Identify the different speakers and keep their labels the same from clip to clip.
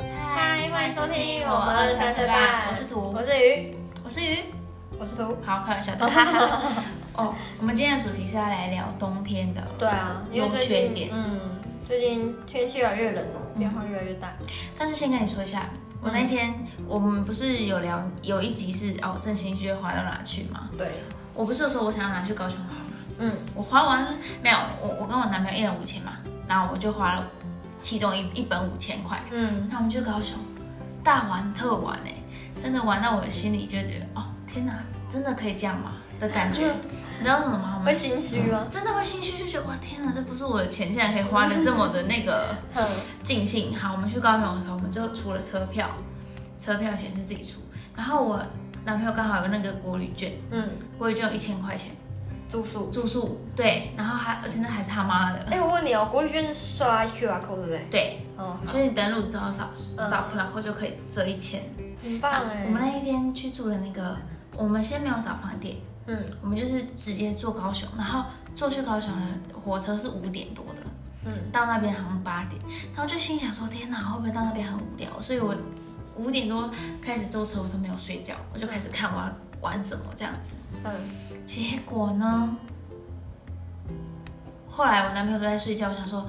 Speaker 1: 欢迎收听我们二十三岁半，
Speaker 2: 我是图
Speaker 1: 我是鱼，
Speaker 2: 我是鱼，
Speaker 1: 我是图。
Speaker 2: 好，开玩笑的。 哦，我们今天的主题是要来聊冬天的。
Speaker 1: 对啊，因为最
Speaker 2: 优缺点嗯
Speaker 1: 近嗯，最近天气越来越冷了，变化越来越大。
Speaker 2: 但是先跟你说一下，我那天、我们不是有聊有一集是哦，振兴剧滑到哪去吗？
Speaker 1: 对，
Speaker 2: 我不是有说我想要拿去高雄滑吗？
Speaker 1: 嗯，
Speaker 2: 我滑完没有？我我跟我男朋友一人五千嘛，然后我就花了其中一一本五千块，
Speaker 1: 嗯，
Speaker 2: 那我们去高雄大玩特玩哎、真的玩到我的心里就觉得哦天哪，真的可以这样吗的感 觉？你知道为什么吗？我们
Speaker 1: 会心虚哦吗？
Speaker 2: 真的会心虚，就觉得哇天哪，这不是我的钱，竟然可以花的这么的那个
Speaker 1: 嗯，
Speaker 2: 尽兴。好，我们去高雄的时候，我们就出了车票，车票钱是自己出，然后我男朋友刚好有那个国旅券，
Speaker 1: 嗯，
Speaker 2: 国旅券有一千块钱，
Speaker 1: 住宿。
Speaker 2: 住宿对，然后还而且那还是他妈的，
Speaker 1: 哎，我问你哦，国旅券是刷 QR code 对不对？
Speaker 2: 对，
Speaker 1: 哦，
Speaker 2: 就是你登录之后扫
Speaker 1: 嗯
Speaker 2: 扫 QR code 就可以折一千。
Speaker 1: 很棒哎
Speaker 2: 我。们那一天去住的那个，我们先没有找饭店，
Speaker 1: 嗯
Speaker 2: 我们就是直接坐高雄，然后坐去高雄的火车是五点多的。
Speaker 1: 嗯，
Speaker 2: 到那边好像八点，然后就心想说天哪，会不会到那边很无聊？所以我五点多开始坐车，我都没有睡觉，我就开始看我要玩什么这样子。
Speaker 1: 嗯，
Speaker 2: 结果呢，后来我男朋友都在睡觉，我想说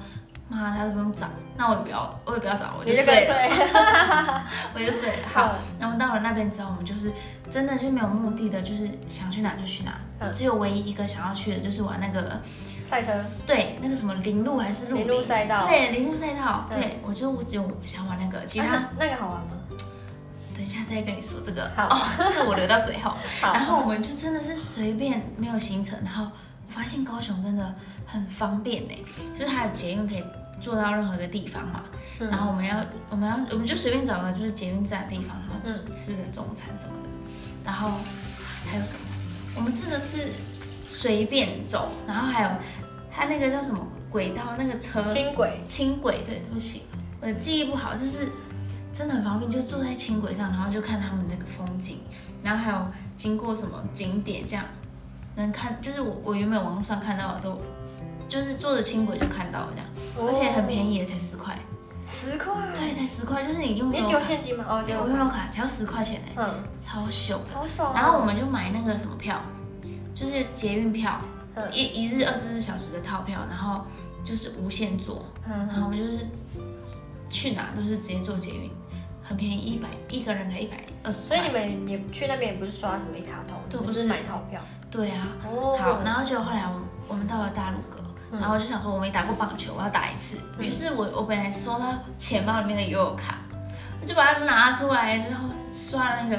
Speaker 2: 妈他都不用找，那我也不要，我也不要找，我就
Speaker 1: 你就
Speaker 2: 睡
Speaker 1: 干
Speaker 2: 了，
Speaker 1: 脆。
Speaker 2: 我就睡了。好，然后到了那边之后，我们就是真的就没有目的的，就是想去哪就去哪，
Speaker 1: 嗯
Speaker 2: 只有唯一一个想要去的就是玩那个
Speaker 1: 赛车，
Speaker 2: 对那个什么林路还是
Speaker 1: 林
Speaker 2: 林
Speaker 1: 路赛道。
Speaker 2: 对，零度赛道，
Speaker 1: 嗯
Speaker 2: 对我就我只有想玩那个，其他、
Speaker 1: 啊那那个好玩吗？
Speaker 2: 等一下再跟你说这个。
Speaker 1: 好
Speaker 2: 哦，这个我留到最后。
Speaker 1: 好
Speaker 2: 然后我们就真的是随便没有行程，然后我发现高雄真的很方便呢，就是它的捷运可以坐到任何一个地方嘛。
Speaker 1: 嗯
Speaker 2: 然后我们要我们要我们就随便找个就是捷运站的地方，然后
Speaker 1: 嗯
Speaker 2: 就吃个中餐什么的。然后还有什么？我们真的是随便走，然后还有它那个叫什么轨道那个车
Speaker 1: 轻轨。
Speaker 2: 轻轨，对，对不起，我的记忆不好，就是真的很方便，就坐在轻轨上，然后就看他们那个风景，然后还有经过什么景点，这样能看，就是我我原本网络上看到的都，就是坐着轻轨就看到了这样，而且很便宜
Speaker 1: 宜，
Speaker 2: 也才十块，
Speaker 1: 十块。
Speaker 2: 对，才十块，就是你用
Speaker 1: 你
Speaker 2: 悠游
Speaker 1: 有
Speaker 2: 卡，
Speaker 1: 现金吗？哦，
Speaker 2: 对我
Speaker 1: 有。
Speaker 2: 用悠游卡只要十块钱哎、
Speaker 1: 嗯，
Speaker 2: 超秀。
Speaker 1: 好爽哦。
Speaker 2: 然后我们就买那个什么票，就是捷运票，
Speaker 1: 嗯
Speaker 2: 一一日二十四小时的套票，然后就是无限坐，
Speaker 1: 嗯
Speaker 2: 然后我们就是去哪都是直接坐捷运，很便宜，一百一个人才一百二十。
Speaker 1: 所以你们也去那边也不是刷什么一卡通，
Speaker 2: 对
Speaker 1: 你们
Speaker 2: 不是
Speaker 1: 是买套票。
Speaker 2: 对啊，
Speaker 1: 哦
Speaker 2: 好，然后结果后来我们我们到了大陆阁，
Speaker 1: 嗯
Speaker 2: 然后我就想说我没打过棒球，我要打一次。于是我我本来收到钱包里面的悠游卡，我就把它拿出来之后刷那个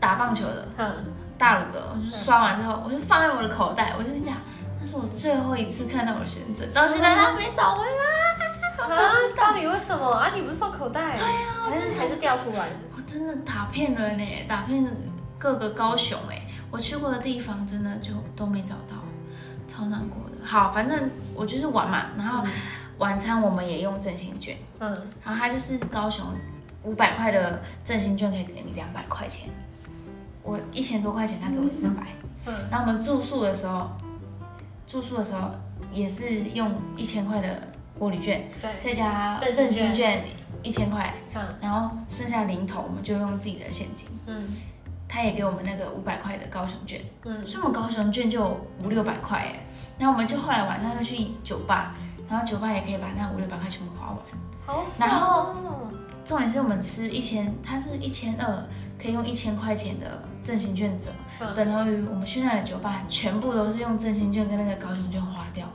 Speaker 2: 打棒球的
Speaker 1: 嗯，
Speaker 2: 大陆阁，我就刷完之后我就放在我的口袋，我就跟你讲。那是我最后一次看到我学生，到现在他没找回来，
Speaker 1: 啊，到底为什么啊？你不是放口袋？对啊，还是还是掉出来的？
Speaker 2: 我哦真的打遍了呢，打遍各个高雄哎，我去过的地方真的就都没找到，超难过的。好，反正我就是玩嘛，然后晚餐我们也用振兴券，
Speaker 1: 嗯，
Speaker 2: 然后它就是高雄五百块的振兴券可以给你两百块钱，我一千多块钱他给我四百，
Speaker 1: 嗯，
Speaker 2: 然后我们住宿的时候，住宿的时候也是用一千块的国旅券，
Speaker 1: 对，
Speaker 2: 再加
Speaker 1: 振兴
Speaker 2: 振兴券一千块。
Speaker 1: 嗯
Speaker 2: 然后剩下零头我们就用自己的现金。
Speaker 1: 嗯
Speaker 2: 他也给我们那个五百块的高雄券，
Speaker 1: 嗯，
Speaker 2: 所以我们高雄券就有五六百块哎。然后我们就后来晚上又去酒吧，然后酒吧也可以把那五六百块全部花完。
Speaker 1: 好爽。啊
Speaker 2: 然
Speaker 1: 后
Speaker 2: 重点是我们吃一千，它是一千二，可以用一千块钱的振兴券折，
Speaker 1: 嗯
Speaker 2: 等同于我们去那的酒吧全部都是用振兴券跟那个高雄券花掉。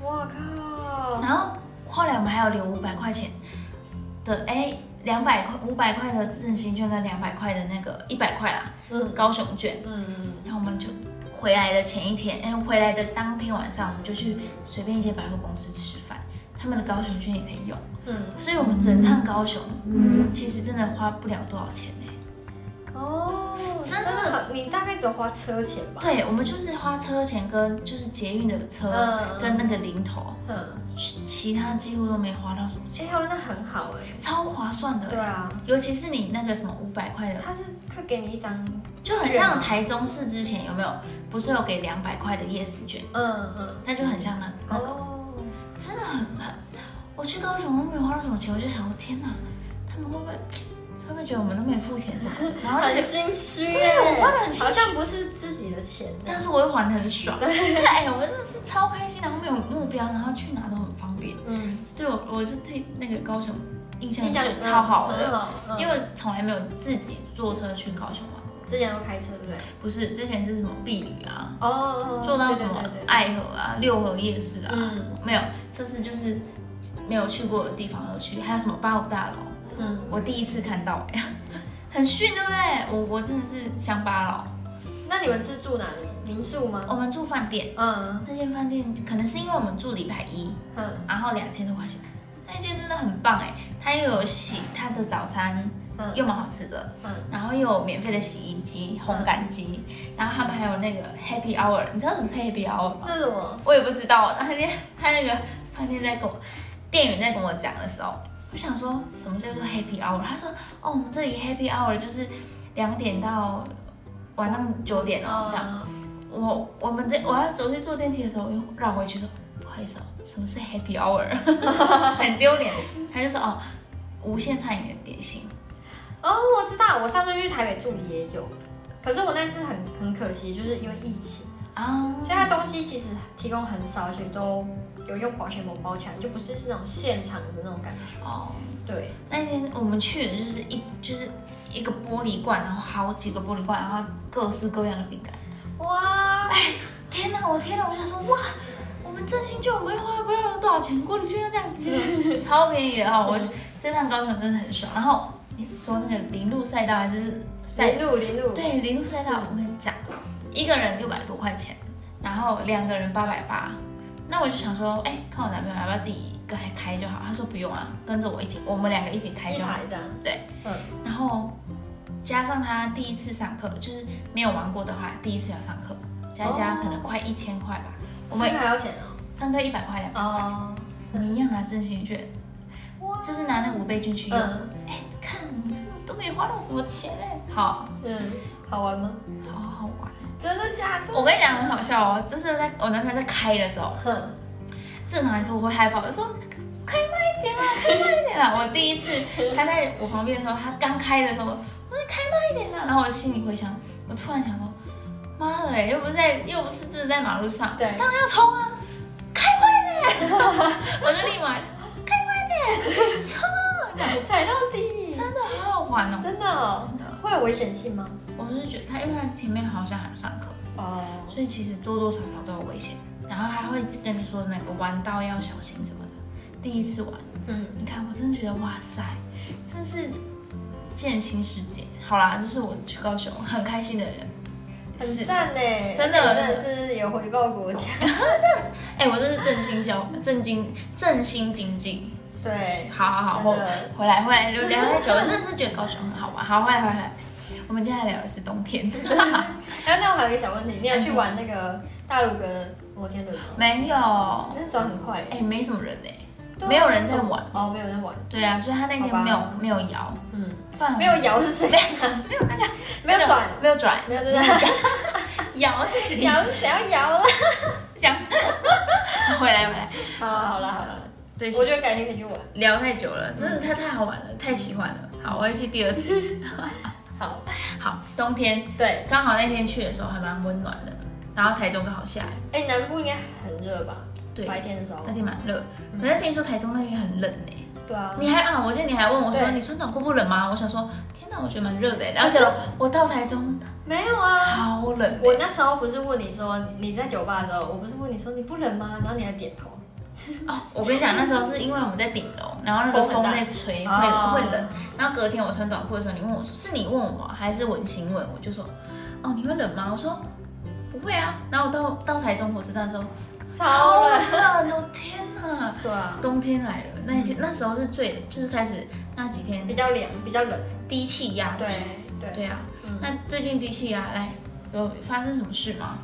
Speaker 1: 我靠，
Speaker 2: 然后后来我们还有留五百块钱的，哎，两百块、五百块的振兴券跟两百块的那个一百块啦，
Speaker 1: 嗯
Speaker 2: 高雄券。
Speaker 1: 嗯
Speaker 2: 然后我们就回来的前一天，哎，回来的当天晚上，我们就去随便一间百货公司吃饭，他们的高雄券也可以用，
Speaker 1: 嗯
Speaker 2: 所以我们整趟高雄，其实真的花不了多少钱呢。
Speaker 1: 哦，
Speaker 2: 真的
Speaker 1: 很，你大概只有花车钱吧？
Speaker 2: 对，我们就是花车钱跟就是捷运的车
Speaker 1: 嗯
Speaker 2: 跟那个零头，
Speaker 1: 嗯，
Speaker 2: 其其他几乎都没花到什么钱，
Speaker 1: 哎，他们那很好哎。
Speaker 2: 超划算
Speaker 1: 对
Speaker 2: 的。
Speaker 1: 啊，
Speaker 2: 尤其是你那个什么五百块的，
Speaker 1: 他是会给你一张，
Speaker 2: 就很
Speaker 1: 券
Speaker 2: 像
Speaker 1: 吗
Speaker 2: 台中市之前有没有？不是有给两百块的夜市券，
Speaker 1: 嗯嗯，
Speaker 2: 那就很像那那个。
Speaker 1: 哦，
Speaker 2: 真的很很，我去高雄都没有花到什么钱，我就想说天哪，他他们会不会会不会觉得我们都没付钱什 么的？然后就
Speaker 1: 很心虚
Speaker 2: 对
Speaker 1: 耶，
Speaker 2: 我花得很心虚
Speaker 1: 好像不是自己的钱耶，
Speaker 2: 但是我又还得很爽，是哎、我真的是超开心，然后没有目标，然后去哪都很方便。
Speaker 1: 嗯，
Speaker 2: 对，我我就对那个高雄印象
Speaker 1: 印象
Speaker 2: 就超好
Speaker 1: 很
Speaker 2: 的，
Speaker 1: 好，嗯
Speaker 2: 因为从来没有自己坐车去高雄玩，
Speaker 1: 之前都开车对不对？
Speaker 2: 不是之前是什么避旅啊，
Speaker 1: 哦哦，哦
Speaker 2: 坐到
Speaker 1: 对
Speaker 2: 什么
Speaker 1: 对对对
Speaker 2: 爱河啊、六合夜市啊，
Speaker 1: 嗯
Speaker 2: 什么没有，这次就是没有去过的地方都去，还有什么八五大楼，
Speaker 1: 嗯，
Speaker 2: 我第一次看到哎、很逊对不对？我我真的是乡巴佬，
Speaker 1: 那你们是住哪里？民宿吗？
Speaker 2: 我们住饭店，
Speaker 1: 嗯
Speaker 2: 那间饭店可能是因为我们住礼拜一，
Speaker 1: 嗯
Speaker 2: 然后两千多块钱，那间真的很棒哎，它又有洗它的早餐
Speaker 1: 嗯
Speaker 2: 又蛮好吃的，
Speaker 1: 嗯
Speaker 2: 然后又有免费的洗衣机、烘干机，然后他们还有那个 Happy Hour，你知道什么是 Happy Hour 吗？
Speaker 1: 那是什么？
Speaker 2: 我也不知道，那天他那个饭店在跟我店员在跟我讲的时候，我想说什么叫做 Happy Hour？他说哦，我们这里 Happy Hour 就是两点到晚上九点哦，这样。
Speaker 1: 嗯
Speaker 2: 我我们在我要走去坐电梯的时候，我又绕回去说，不好意思、哦，什么是 Happy Hour？很丢脸。他就说哦，无限餐饮的点心，
Speaker 1: 哦，我知道，我上次去台北住也有，可是我那次很很可惜，就是因为疫情，
Speaker 2: 啊、
Speaker 1: 所以它东西其实提供很少，而且都有用保鲜膜包起来，就不是是那种现场的那种感觉。
Speaker 2: 哦，
Speaker 1: 对，
Speaker 2: 那天我们去的就是一就是一个玻璃罐，然后好几个玻璃罐，然后各式各样的饼干。
Speaker 1: 哇，
Speaker 2: 天哪，我天哪，我想说哇，我们振兴券我们花不了多少钱，锅里居然这样子， 超便宜的哦！我这趟高雄真的很爽。然后你说那个林路赛道还是赛
Speaker 1: 零路零路，
Speaker 2: 对，零路赛道，我跟你讲，一个人六百多块钱，然后两个人八百八。那我就想说，哎、看我男朋友要不要自己跟他开就好。他说不用啊，跟着我一起，我们两个一起开
Speaker 1: 一
Speaker 2: 就好。
Speaker 1: 排这样。
Speaker 2: 对，
Speaker 1: 嗯，
Speaker 2: 然后加上他第一次上课，就是没有玩过的话，第一次要上课，加一加
Speaker 1: 哦
Speaker 2: 可能快一千块吧。我
Speaker 1: 这
Speaker 2: 们
Speaker 1: 个还要钱哦。
Speaker 2: 上课一百块、两百块，
Speaker 1: 哦，
Speaker 2: 我们一样拿振兴券，
Speaker 1: 哇，
Speaker 2: 就是拿那五倍券去用。哎、
Speaker 1: 嗯
Speaker 2: 看我们真的都没花到什么钱哎、好，
Speaker 1: 嗯，好玩吗？
Speaker 2: 好好玩。
Speaker 1: 真的假的？
Speaker 2: 我跟你讲很好笑哦，就是在我男朋友在开的时候，
Speaker 1: 哼，
Speaker 2: 正常来说我会害怕，我就说开慢一点啦，开慢一点 啦。我第一次他在我旁边的时候，他刚开的时候，我说开慢一点啦，然后我心里回想，我突然想说，妈的嘞，又不是在又不是真的在马路上，
Speaker 1: 对
Speaker 2: 当然要冲啊，开快 一点，我就立马开快一点，冲，这样
Speaker 1: 踩到地，
Speaker 2: 真的好好玩哦，
Speaker 1: 真的哦，
Speaker 2: 真的，
Speaker 1: 会有危险性吗？
Speaker 2: 我是觉得他，因为他前面好像还有上课。
Speaker 1: 哦，
Speaker 2: 所以其实多多少少都有危险。然后他会跟你说哪个弯道要小心什么的。第一次玩，
Speaker 1: 嗯，
Speaker 2: 你看我真的觉得哇塞，真是见新世界。好啦，这是我去高雄很开心的
Speaker 1: 很
Speaker 2: 事情。
Speaker 1: 赞呢，
Speaker 2: 真的
Speaker 1: 真的是有回报国家。
Speaker 2: 哎、我真是振兴消，振兴振兴经济。
Speaker 1: 对，
Speaker 2: 好好好，
Speaker 1: 真
Speaker 2: 我
Speaker 1: 的
Speaker 2: 回来回来，聊太久，我真的是觉得高雄很好玩。好，回来回来，我们接下来聊的是冬天。
Speaker 1: 哎，那我还有一个小问题，你有去玩那个大陆跟摩天轮吗？
Speaker 2: 没有，哎、
Speaker 1: 那转很快耶，
Speaker 2: 没什么人哎、
Speaker 1: 对啊
Speaker 2: 没有人在玩。
Speaker 1: 哦，没有人在玩，
Speaker 2: 对啊，所以他那
Speaker 1: 好
Speaker 2: 天
Speaker 1: 吧
Speaker 2: 没有没有摇，
Speaker 1: 嗯，
Speaker 2: 不然
Speaker 1: 没有摇是谁？
Speaker 2: 没有那个
Speaker 1: 没有转，
Speaker 2: 没有转，
Speaker 1: 没有真的，
Speaker 2: 摇是谁？
Speaker 1: 摇是谁要摇了？
Speaker 2: 讲 回来回来，
Speaker 1: 好，好了好了，
Speaker 2: 对，
Speaker 1: 我觉得改天可以去玩。
Speaker 2: 聊太久了，真的太太好玩了，太喜欢了。好，我要去第二次。
Speaker 1: 好，
Speaker 2: 好，冬天
Speaker 1: 对，
Speaker 2: 刚好那天去的时候还蛮温暖的，然后台中刚好下来，
Speaker 1: 哎，南部应该很热吧？
Speaker 2: 对，
Speaker 1: 白天的时候
Speaker 2: 那。天蛮热，
Speaker 1: 嗯
Speaker 2: 可是听说台中那天很冷呢、
Speaker 1: 对啊，
Speaker 2: 你还啊，我记得你还问我说
Speaker 1: 对
Speaker 2: 你穿短裤不冷吗？我想说天哪，我觉得蛮热的、欸然
Speaker 1: 而
Speaker 2: 后
Speaker 1: 且
Speaker 2: 结果我到台中
Speaker 1: 没有啊。
Speaker 2: 超冷的、
Speaker 1: 我那时候不是问你说你在酒吧的时候，我不是问你说你不冷吗？然后你还点头，
Speaker 2: 哦，我跟你讲，那时候是因为我们在顶楼，然后那个风在吹，会
Speaker 1: 哦
Speaker 2: 会冷。然后隔天我穿短裤的时候，你问我说是你问我还是文心问？我就说哦，你会冷吗？我说不会啊。然后我到到台中火车站的时候，
Speaker 1: 超冷。
Speaker 2: 冷的，我天哪！
Speaker 1: 对啊，
Speaker 2: 冬天来了，那一
Speaker 1: 嗯
Speaker 2: 天那时候是最就是开始那几天
Speaker 1: 比较凉，比较冷。
Speaker 2: 低气压的
Speaker 1: 对
Speaker 2: 时候，
Speaker 1: 对。
Speaker 2: 对啊。
Speaker 1: 嗯
Speaker 2: 那最近低气压来有发生什么事吗？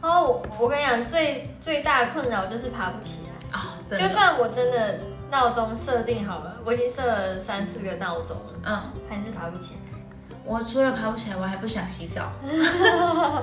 Speaker 1: 然后我我跟你讲，最最大的困扰就是爬不起来。
Speaker 2: 啊、真
Speaker 1: 就
Speaker 2: 的，
Speaker 1: 算我真的闹钟设定好了，我已经设了三四个闹钟了，
Speaker 2: 嗯，
Speaker 1: 还是爬不起来。
Speaker 2: 我除了爬不起来，我还不想洗 澡，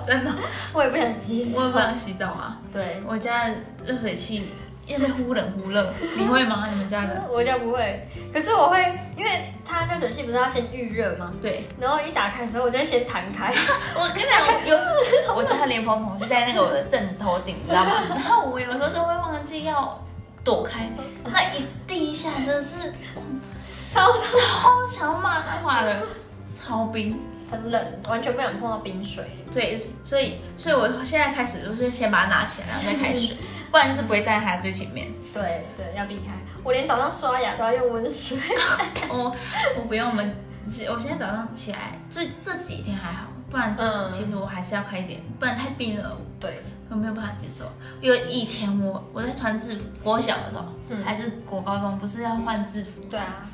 Speaker 2: 真的，
Speaker 1: 我也不想洗
Speaker 2: 我也
Speaker 1: 手
Speaker 2: 不。想洗澡啊。
Speaker 1: 对，
Speaker 2: 我家热水器一直被忽冷忽 热。你会吗？你们家的？
Speaker 1: 我家不会，可是我会，因为它热水器不是要先预热吗？
Speaker 2: 对，
Speaker 1: 然后一打开的时候，我就会先弹开，
Speaker 2: 我跟你讲，我有时 我家的莲蓬头是在那个我的正头顶，你知道吗？ 然后我有时候就会忘记要躲 开，那一第一下真的是
Speaker 1: 超
Speaker 2: 超想骂他骂的，超冰。
Speaker 1: 很冷，完全不想碰到冰水。
Speaker 2: 对，所以所以我现在开始就是先把它拿起来，然后再开 水，不然就是不会站在它最前面。
Speaker 1: 对对，要避开。我连早上刷牙都要用温水。
Speaker 2: 我哦我不用，我们其我现在早上起来，这这几天还好，不然
Speaker 1: 嗯，
Speaker 2: 其实我还是要开一点，不然太冰了，
Speaker 1: 对，
Speaker 2: 我没有办法接受。有以前我我在穿制服，国小的时候、
Speaker 1: 嗯
Speaker 2: 还是国高中，不是要换制服，
Speaker 1: 对啊，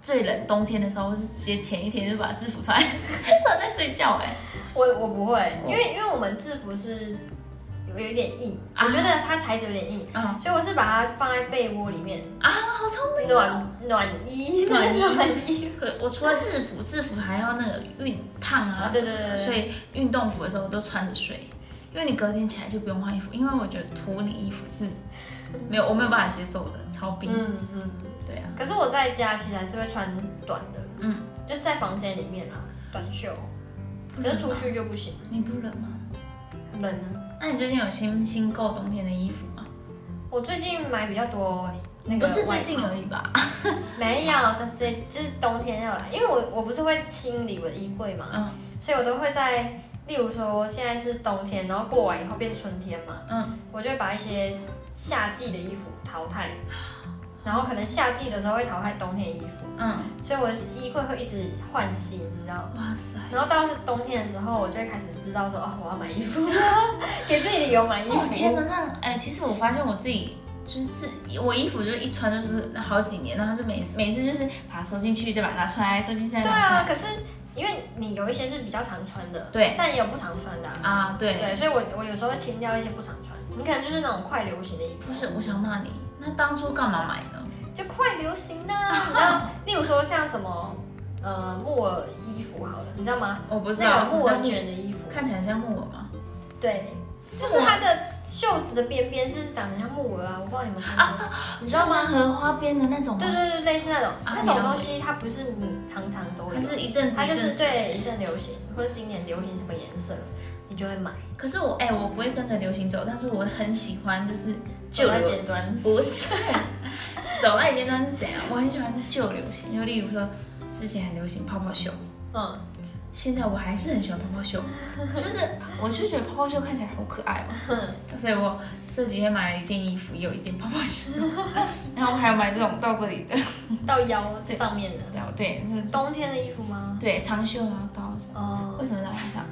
Speaker 2: 最冷冬天的时候，我是直接前一天就把制服穿 穿在睡觉、哎，
Speaker 1: 我我不会，因为因为我们制服是有有一点硬，
Speaker 2: 哦啊
Speaker 1: 我觉得它材质有点硬，
Speaker 2: 嗯
Speaker 1: 所以我是把它放在被窝里面
Speaker 2: 啊，好聪明哦。
Speaker 1: 暖暖衣
Speaker 2: 暖衣
Speaker 1: 暖衣。
Speaker 2: 我我除了制服，制服还要那个熨烫啊
Speaker 1: 啊，对对对对
Speaker 2: 所以运动服的时候我都穿着睡，因为你隔天起来就不用换衣服，因为我觉得脱你衣服是没有我没有办法接受的，超冰。
Speaker 1: 嗯嗯。
Speaker 2: 对啊，
Speaker 1: 可是我在家其实还是会穿短的，
Speaker 2: 嗯，
Speaker 1: 就是在房间里面啊，短袖。
Speaker 2: 不
Speaker 1: 可
Speaker 2: 冷
Speaker 1: 是
Speaker 2: 吗
Speaker 1: 出去就不行，
Speaker 2: 你不冷吗？嗯
Speaker 1: 冷呢。
Speaker 2: 那你最近有新新购冬天的衣服吗？
Speaker 1: 我最近买比较多那个，
Speaker 2: 不是最近，而已吧？
Speaker 1: 没有，这这就是冬天要来，因为我我不是会清理我的衣柜嘛，
Speaker 2: 嗯
Speaker 1: 所以我都会在，例如说现在是冬天，然后过完以后变春天嘛，
Speaker 2: 嗯，
Speaker 1: 我就会把一些夏季的衣服淘汰，
Speaker 2: 啊
Speaker 1: 然后可能夏季的时候会淘汰冬天的衣服，
Speaker 2: 嗯，
Speaker 1: 所以我的衣柜会一直换新，你知道吗？
Speaker 2: 哇塞，
Speaker 1: 然后到是冬天的时候，我就会开始知道说，哦，我要买衣服了，给自己理由买衣服。
Speaker 2: 哦天哪，那哎、其实我发现我自己。就是自我衣服就一穿就是好几年，然后就每每次就是把它收进去，再把它拿出来，收进去再
Speaker 1: 对
Speaker 2: 拿出来。
Speaker 1: 啊，可是因为你有一些是比较常穿的，
Speaker 2: 对
Speaker 1: 但也有不常穿的、啊。
Speaker 2: 啊，对，
Speaker 1: 对，所以我我有时候会清掉一些不常穿，你可能就是那种快流行的衣服，
Speaker 2: 不是，我想骂你，那当初干嘛买呢？
Speaker 1: 就快流行 的、啊。然后，例如说像什么，呃，木耳衣服好了，你知道吗？
Speaker 2: 我不知道，
Speaker 1: 那
Speaker 2: 什
Speaker 1: 种木
Speaker 2: 么
Speaker 1: 耳
Speaker 2: 叫
Speaker 1: 卷的衣服，
Speaker 2: 看起来像木耳吗？
Speaker 1: 对，就是它的袖子的边边是长得像木耳啊，我不知道你们有没有看过，你
Speaker 2: 你
Speaker 1: 知
Speaker 2: 知
Speaker 1: 道
Speaker 2: 道
Speaker 1: 吗
Speaker 2: 吗？？荷花边的那种吗？
Speaker 1: 对对对，类似那种、
Speaker 2: 啊
Speaker 1: 那种东西，它不是你常常都有
Speaker 2: 它，是一阵子，
Speaker 1: 它就
Speaker 2: 一阵
Speaker 1: 是
Speaker 2: 子
Speaker 1: 对一阵流行，或者今年流行什么颜色，你就会买。
Speaker 2: 可是我哎、我不会跟着流行走，但是我很喜欢就是旧
Speaker 1: 走在
Speaker 2: 流，
Speaker 1: 尖端，
Speaker 2: 不是 走在尖端是怎样？我很喜欢旧流行，就例如说之前很流行泡泡袖，
Speaker 1: 嗯，
Speaker 2: 现在我还是很喜欢泡泡 袖，就是我就觉得泡泡袖看起来好可爱哦，所以我这几天买了一件衣服，也有一件泡泡 袖，然后我还有买这种到这里的，
Speaker 1: 到腰上面的
Speaker 2: 对对，就是
Speaker 1: 嗯冬天的衣服吗？
Speaker 2: 对，长袖啊，刀子。
Speaker 1: 哦、
Speaker 2: 为什么在晚上？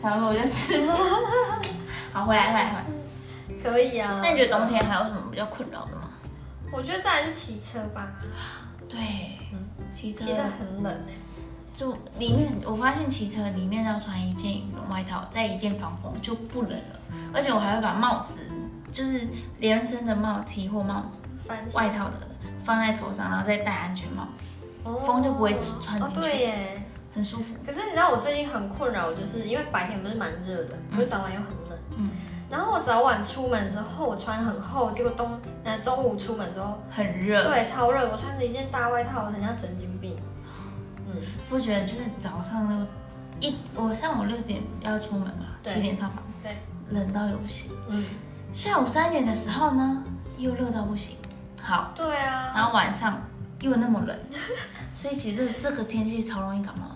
Speaker 2: 然后我就 吃醋。好，回来，回来，回来。
Speaker 1: 可以啊。
Speaker 2: 那你觉得冬？天还有什么比较困扰的吗？
Speaker 1: 我觉得再来是骑车吧，
Speaker 2: 对，
Speaker 1: 嗯
Speaker 2: 骑车
Speaker 1: 骑车很冷哎、
Speaker 2: 就里面，我发现骑车里面要穿一件羽绒外套，再一件防风就不冷了。而且我还会把帽子，就是连身的帽 T 或帽子、
Speaker 1: 翻起
Speaker 2: 外套的放在头上，然后再戴安全帽，
Speaker 1: 哦
Speaker 2: 风就不会穿进去
Speaker 1: 哦，对耶。
Speaker 2: 很舒服。
Speaker 1: 可是你知道我最近很困扰，就是因为白天不是蛮热的，可是早晚又很冷。
Speaker 2: 嗯，
Speaker 1: 然后我早晚出门的时候，我穿很厚，结果冬那中午出门的时候，
Speaker 2: 很热，
Speaker 1: 对，超热，我穿着一件大外套，很像神经病。 嗯，
Speaker 2: 不觉得就是早上那个一，我像我六点要出门嘛，
Speaker 1: 对
Speaker 2: 七点上班，
Speaker 1: 对，
Speaker 2: 冷到有不行。
Speaker 1: 嗯，
Speaker 2: 下午三点的时候呢，又热到不行，好，
Speaker 1: 对啊，
Speaker 2: 然后晚上又那么冷，所以其实这个天气超容易感冒的。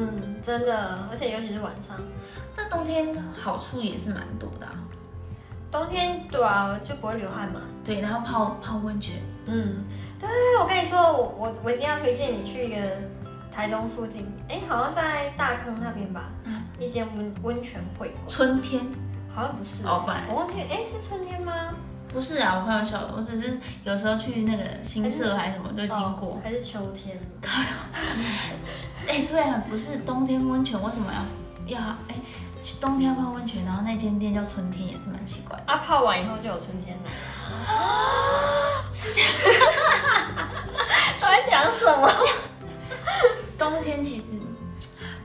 Speaker 1: 嗯，真的，而且尤其是晚上，
Speaker 2: 那冬天好处也是蛮多的、啊，
Speaker 1: 冬天对啊，就不会流汗嘛。
Speaker 2: 对，然后泡泡温泉，
Speaker 1: 嗯，对，我跟你说，我我我一定要推荐你去一个台中附近，哎，好像在大坑那边吧，
Speaker 2: 嗯
Speaker 1: 一间温温泉会馆，
Speaker 2: 春天
Speaker 1: 好像不是，
Speaker 2: 哦，不然
Speaker 1: 我忘记，哎，是春天吗？
Speaker 2: 不是啊，我开玩笑的，我只是有时候去那个新社还是什么就经过
Speaker 1: 哦，还是秋天？
Speaker 2: 哎、对啊，不是冬天温泉为什么要要哎、去冬天泡温泉，然后那间店叫春天也是蛮奇怪的，
Speaker 1: 啊，泡完以后就有春天来了。
Speaker 2: 是这样。
Speaker 1: 我在讲什么？
Speaker 2: 冬天其实，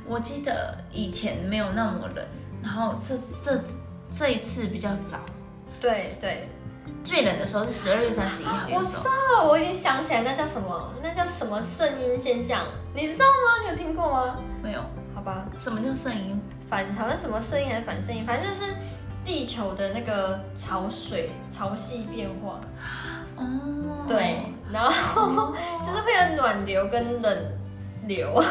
Speaker 2: 我记得以前没有那么冷，然后这这这一次比较早，
Speaker 1: 对对，
Speaker 2: 最冷的时候是十二月三十一号，有
Speaker 1: 哦我
Speaker 2: 时
Speaker 1: 知
Speaker 2: 候
Speaker 1: 道，我已经想起来那叫什么，那叫什么圣婴现象，你知道吗？你有听过吗？
Speaker 2: 没有。
Speaker 1: 好吧，
Speaker 2: 什么叫圣婴？
Speaker 1: 反好像什么圣婴还是反圣婴，反正就是地球的那个潮水潮汐变化，
Speaker 2: 哦，
Speaker 1: 对，然后就是会有暖流跟冷流，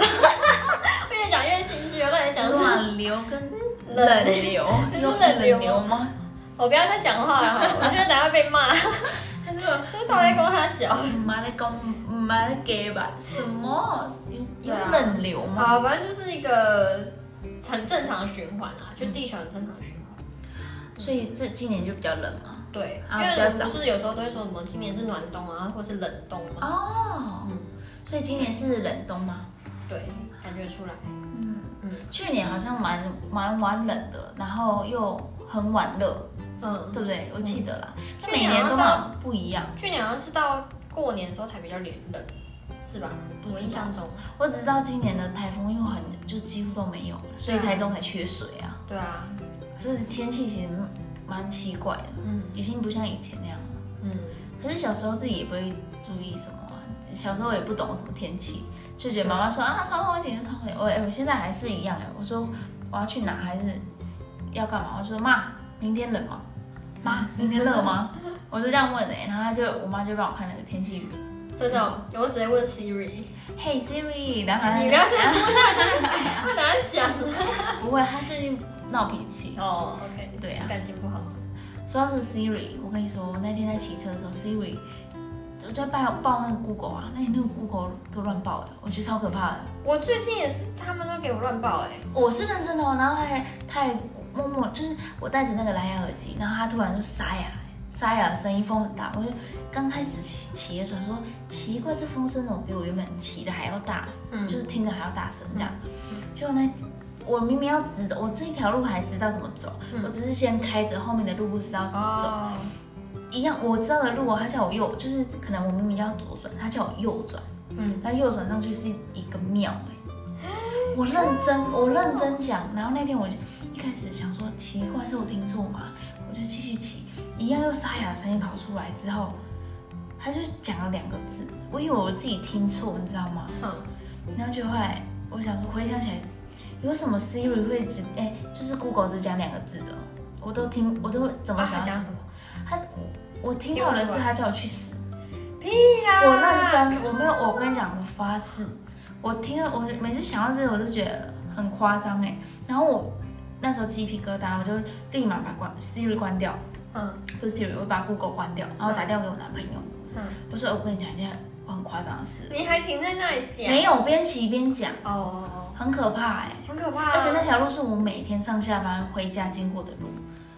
Speaker 1: 越讲越心虚，我到底讲什么？
Speaker 2: 暖流跟冷
Speaker 1: 冷
Speaker 2: 流，
Speaker 1: 这是
Speaker 2: 有
Speaker 1: 冷流吗
Speaker 2: 流吗？
Speaker 1: 我不要再讲话了好了，我觉得等下被骂，
Speaker 2: 他说
Speaker 1: 就倒在光他小。
Speaker 2: 妈的公妈的给吧？什么有
Speaker 1: 对
Speaker 2: 有
Speaker 1: 啊
Speaker 2: 冷流吗？
Speaker 1: 好，反正就是一个很正常的循环
Speaker 2: 嗯
Speaker 1: 啊，就地球很正常的循环。
Speaker 2: 所以这今年就比较冷嘛。
Speaker 1: 对，
Speaker 2: 啊
Speaker 1: 因为
Speaker 2: 比较
Speaker 1: 人
Speaker 2: 早
Speaker 1: 不是有时候都会说什么今年是暖冬啊，或是冷冬嘛。
Speaker 2: 哦
Speaker 1: 嗯，
Speaker 2: 所以今年是冷冬吗？
Speaker 1: 对，感觉出来。
Speaker 2: 嗯
Speaker 1: 嗯
Speaker 2: 去年好像蛮蛮晚冷的，然后又很晚热，
Speaker 1: 嗯，
Speaker 2: 对不对？我记得啦，
Speaker 1: 去
Speaker 2: 每
Speaker 1: 年
Speaker 2: 年
Speaker 1: 好
Speaker 2: 都
Speaker 1: 像
Speaker 2: 好像不一样。
Speaker 1: 去年好像是到过年的时候才比较冷，是吧？
Speaker 2: 不知道
Speaker 1: 我印象中。
Speaker 2: 我只知道今年的台风又很，就几乎都没有，所以台中才缺水啊。
Speaker 1: 对啊，
Speaker 2: 所以天气其实蛮奇怪的，
Speaker 1: 嗯
Speaker 2: 已经不像以前那样了。
Speaker 1: 嗯，
Speaker 2: 可是小时候自己也不会注意什么啊，小时候也不懂什么天气，就觉得妈妈说啊穿厚一点就穿厚一点。我、哎我现在还是一样哎，我说我要去哪还是要干嘛？我说妈，明天冷吗？妈，明天热吗？我就这样问哎，然后她就我妈就帮我看那个天气预报，
Speaker 1: 真的哦、我直接问 Siri，
Speaker 2: 嘿 Siri，然后她啊
Speaker 1: 你不要这样，他等下 想。
Speaker 2: 不会，她最近闹脾气。
Speaker 1: 哦，OK，
Speaker 2: 对啊
Speaker 1: 感情不好。
Speaker 2: 说到这个 Siri，我跟你说，我那天在骑车的时候，Siri 我就在报报那个 Google 啊，那你那个 Google 给我乱报哎、我觉得超可怕的。
Speaker 1: 我最近也是，他们都给我乱报哎、
Speaker 2: 我是认真的哦，然后他还他还默默就是我戴着那个蓝牙耳机，然后他突然就沙哑，沙哑的声音风很大，我就刚开始骑骑的时候说奇怪，这风声怎么比我原本骑的还要大，
Speaker 1: 嗯
Speaker 2: 就是听的还要大声这样。结果呢，我明明要直走，我这一条路还知道怎么走，
Speaker 1: 嗯
Speaker 2: 我只是先开着，后面的路不知道怎么走。
Speaker 1: 哦，
Speaker 2: 一样我知道的路哦，他叫我右，就是可能我明明要左转，他叫我右转，
Speaker 1: 嗯，
Speaker 2: 他右转上去是一个庙哎、 我认真
Speaker 1: 哦
Speaker 2: 我认真想，然后那天我就一开始想说奇怪是我听错吗？我就继续骑，一样又沙哑的声音跑出来之后，他就讲了两个字，我以为我自己听错，你知道吗？
Speaker 1: 嗯，
Speaker 2: 然后就后来我想说回想起来，有什么 Siri 会只哎、就是 Google 只讲两个字的，我都听我都怎么
Speaker 1: 啊
Speaker 2: 想
Speaker 1: 还
Speaker 2: 到
Speaker 1: 讲什么？
Speaker 2: 他我我听到的是他叫我去死，
Speaker 1: 屁啦！
Speaker 2: 我认真，我没有，我跟你讲，我发誓，我听到我每次想到这个我都觉得很夸张哎，然后我那时候鸡皮疙瘩，我就立马把关 Siri 关掉，
Speaker 1: 嗯
Speaker 2: 不是 Siri，我把 Google 关掉，然后打电话给我男朋友，
Speaker 1: 嗯，
Speaker 2: 我说哎我跟你讲一件很夸张的事，
Speaker 1: 你还停在那里讲？
Speaker 2: 没有，我边骑边讲，
Speaker 1: 哦，
Speaker 2: 很可怕哎，
Speaker 1: 很可怕、啊。
Speaker 2: 而且那条路是我每天上下班回家经过的路。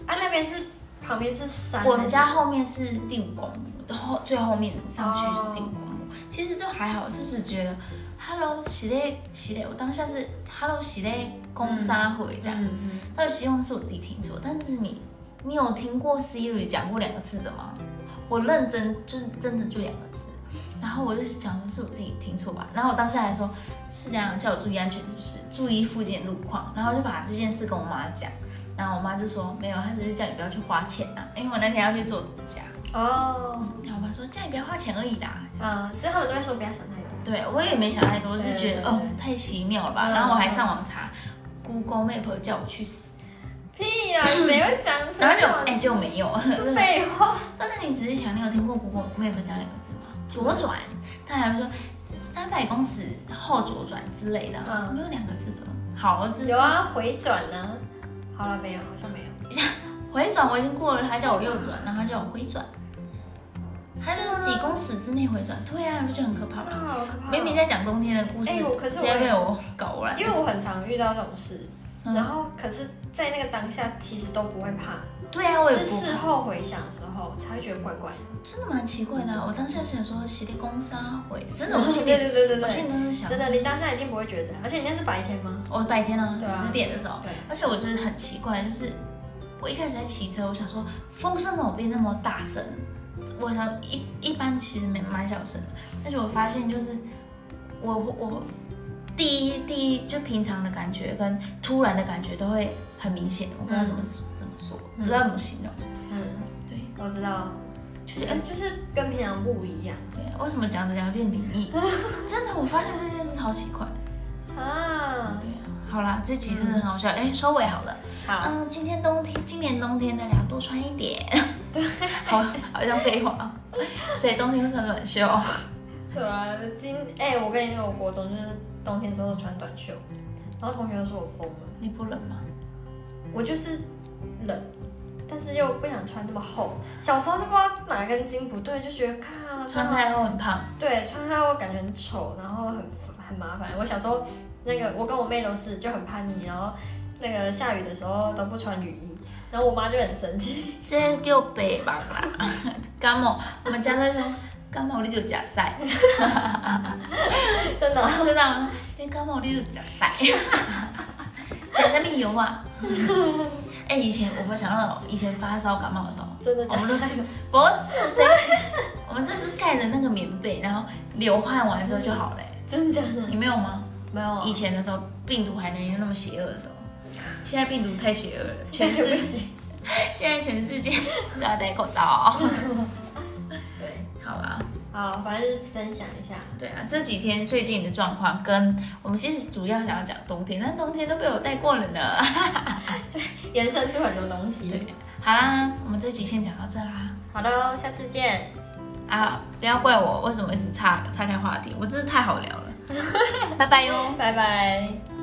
Speaker 1: 啊那边是旁边是山，
Speaker 2: 我们家后面是第五公墓，后最后面上去是第五公墓。其实就还好，就只觉得 “hello 喜嘞喜嘞”，我当下是 “hello 喜嘞公沙回”这样，
Speaker 1: 嗯嗯，
Speaker 2: 但希望是我自己听错。但是你，你有听过 Siri 讲过两个字的吗？我认真就是真的就两个字，然后我就是讲说是我自己听错吧，然后我当下还说是这样，叫我注意安全是不是？注意附近的路况，然后我就把这件事跟我妈讲，然后我妈就说没有，她只是叫你不要去花钱啊，因为我那天要去做指甲，
Speaker 1: 哦，
Speaker 2: 然后我妈说叫你不要花钱而已啦。
Speaker 1: 嗯，之后我都会说不要想太多。
Speaker 2: 对我也没想太多，我是觉得
Speaker 1: 对
Speaker 2: 哦太奇妙了吧，
Speaker 1: 嗯
Speaker 2: 然后我还上网查 Google Map 叫我去死，
Speaker 1: 屁啦，谁会讲什么？
Speaker 2: 然后就哎、就没有，
Speaker 1: 这废话。
Speaker 2: 但是你仔细想，你有听过 Google Map 讲两个字吗？左转，他还会说三百公尺后左转之类的，
Speaker 1: 嗯
Speaker 2: 没有两个字的。好，我只是
Speaker 1: 有啊，回转呢、好了，没有，好像没有。
Speaker 2: 回转我已经过了，他叫我右转，然后他叫我回转，他就是
Speaker 1: 是吗
Speaker 2: 几公尺之内回转。对啊，不就很可怕吗？
Speaker 1: 啊，好可怕哦
Speaker 2: 明明在讲冬天的故事，
Speaker 1: 哎我可是我
Speaker 2: 现在被我搞完。
Speaker 1: 因为我很常遇到这种事，
Speaker 2: 嗯
Speaker 1: 然后可是，在那个当下其实都不会怕，
Speaker 2: 对啊，我也
Speaker 1: 是
Speaker 2: 不
Speaker 1: 事后回想的时候才会觉得怪怪的。
Speaker 2: 真的蛮奇怪的啊、我当下想说，洗地公杀回，真 的，我
Speaker 1: 对
Speaker 2: 心
Speaker 1: 对
Speaker 2: 里，
Speaker 1: 对对对
Speaker 2: 我心
Speaker 1: 对，
Speaker 2: 里当时想，
Speaker 1: 真的，你当下一定不会觉得这样，而且你那是白天吗？
Speaker 2: 我白天啊，
Speaker 1: 对啊
Speaker 2: 十点的时候
Speaker 1: 对，
Speaker 2: 而且我觉得很奇怪，就是我一开始在骑车，我想说风声怎么变那么大声？我想一一般其实没蛮小声的，但是我发现就是我我第一第一就平常的感觉跟突然的感觉都会很明显，我不知道怎么、怎么说，不知道怎么形容。
Speaker 1: 嗯，
Speaker 2: 对，
Speaker 1: 我知道，
Speaker 2: 就是哎，
Speaker 1: 就是跟平常不一样
Speaker 2: 对啊，为什么讲着讲着变灵 异？真的，我发现这件事超奇怪。
Speaker 1: 啊。
Speaker 2: 对啊，好啦，这集真的很好
Speaker 1: 嗯
Speaker 2: 笑。哎，收尾好了。
Speaker 1: 好，
Speaker 2: 嗯，今天冬天，今年冬天大家多穿一点。 对，好，好像废话啊。谁冬天会穿短袖？
Speaker 1: 对啊，今哎、我跟你说，我国中就是冬天的时候穿短袖，然后同学都说我疯了，
Speaker 2: 你不冷吗？
Speaker 1: 我就是冷，但是又不想穿那么厚。小时候就不知道哪根筋不对，就觉得看
Speaker 2: 穿
Speaker 1: 太
Speaker 2: 太厚很胖。
Speaker 1: 对穿太厚感觉很丑，然后很很麻烦。我小时候那个我跟我妹都是就很叛逆，然后那个下雨的时候都不穿雨衣，然后我妈就很生气。
Speaker 2: 这叫白 目啦，感冒，我们家在 说感冒你就假 晒，
Speaker 1: 真的啊、
Speaker 2: 知道吗？你感冒你就假 晒，假啥物油 啊？哎、以前我会想到以前发烧感冒的时候，
Speaker 1: 真的
Speaker 2: 我
Speaker 1: 假
Speaker 2: 们
Speaker 1: 的
Speaker 2: 都？是不是谁？我们这是盖着那个棉被，然后流汗完之后就好了、 欸
Speaker 1: 真的假的？
Speaker 2: 你没有吗？
Speaker 1: 没有啊
Speaker 2: 以，前的时候病毒还没有那么邪恶的时候，现在病毒太邪恶了，全
Speaker 1: 全
Speaker 2: 世
Speaker 1: 是
Speaker 2: 现在全世界都要戴口罩。
Speaker 1: 对。
Speaker 2: 好啦。
Speaker 1: 好，反正就是分享一下。
Speaker 2: 对啊，这几天最近的状况跟我们其实主要想要讲冬天，但冬天都被我带过了呢。
Speaker 1: 延伸出很多东西。
Speaker 2: 对，好啦，我们这集先讲到这啦。
Speaker 1: 好喽，下次见。
Speaker 2: 啊，不要怪我为什么一直岔岔开话题，我真的太好聊了。拜拜哟。
Speaker 1: 拜拜。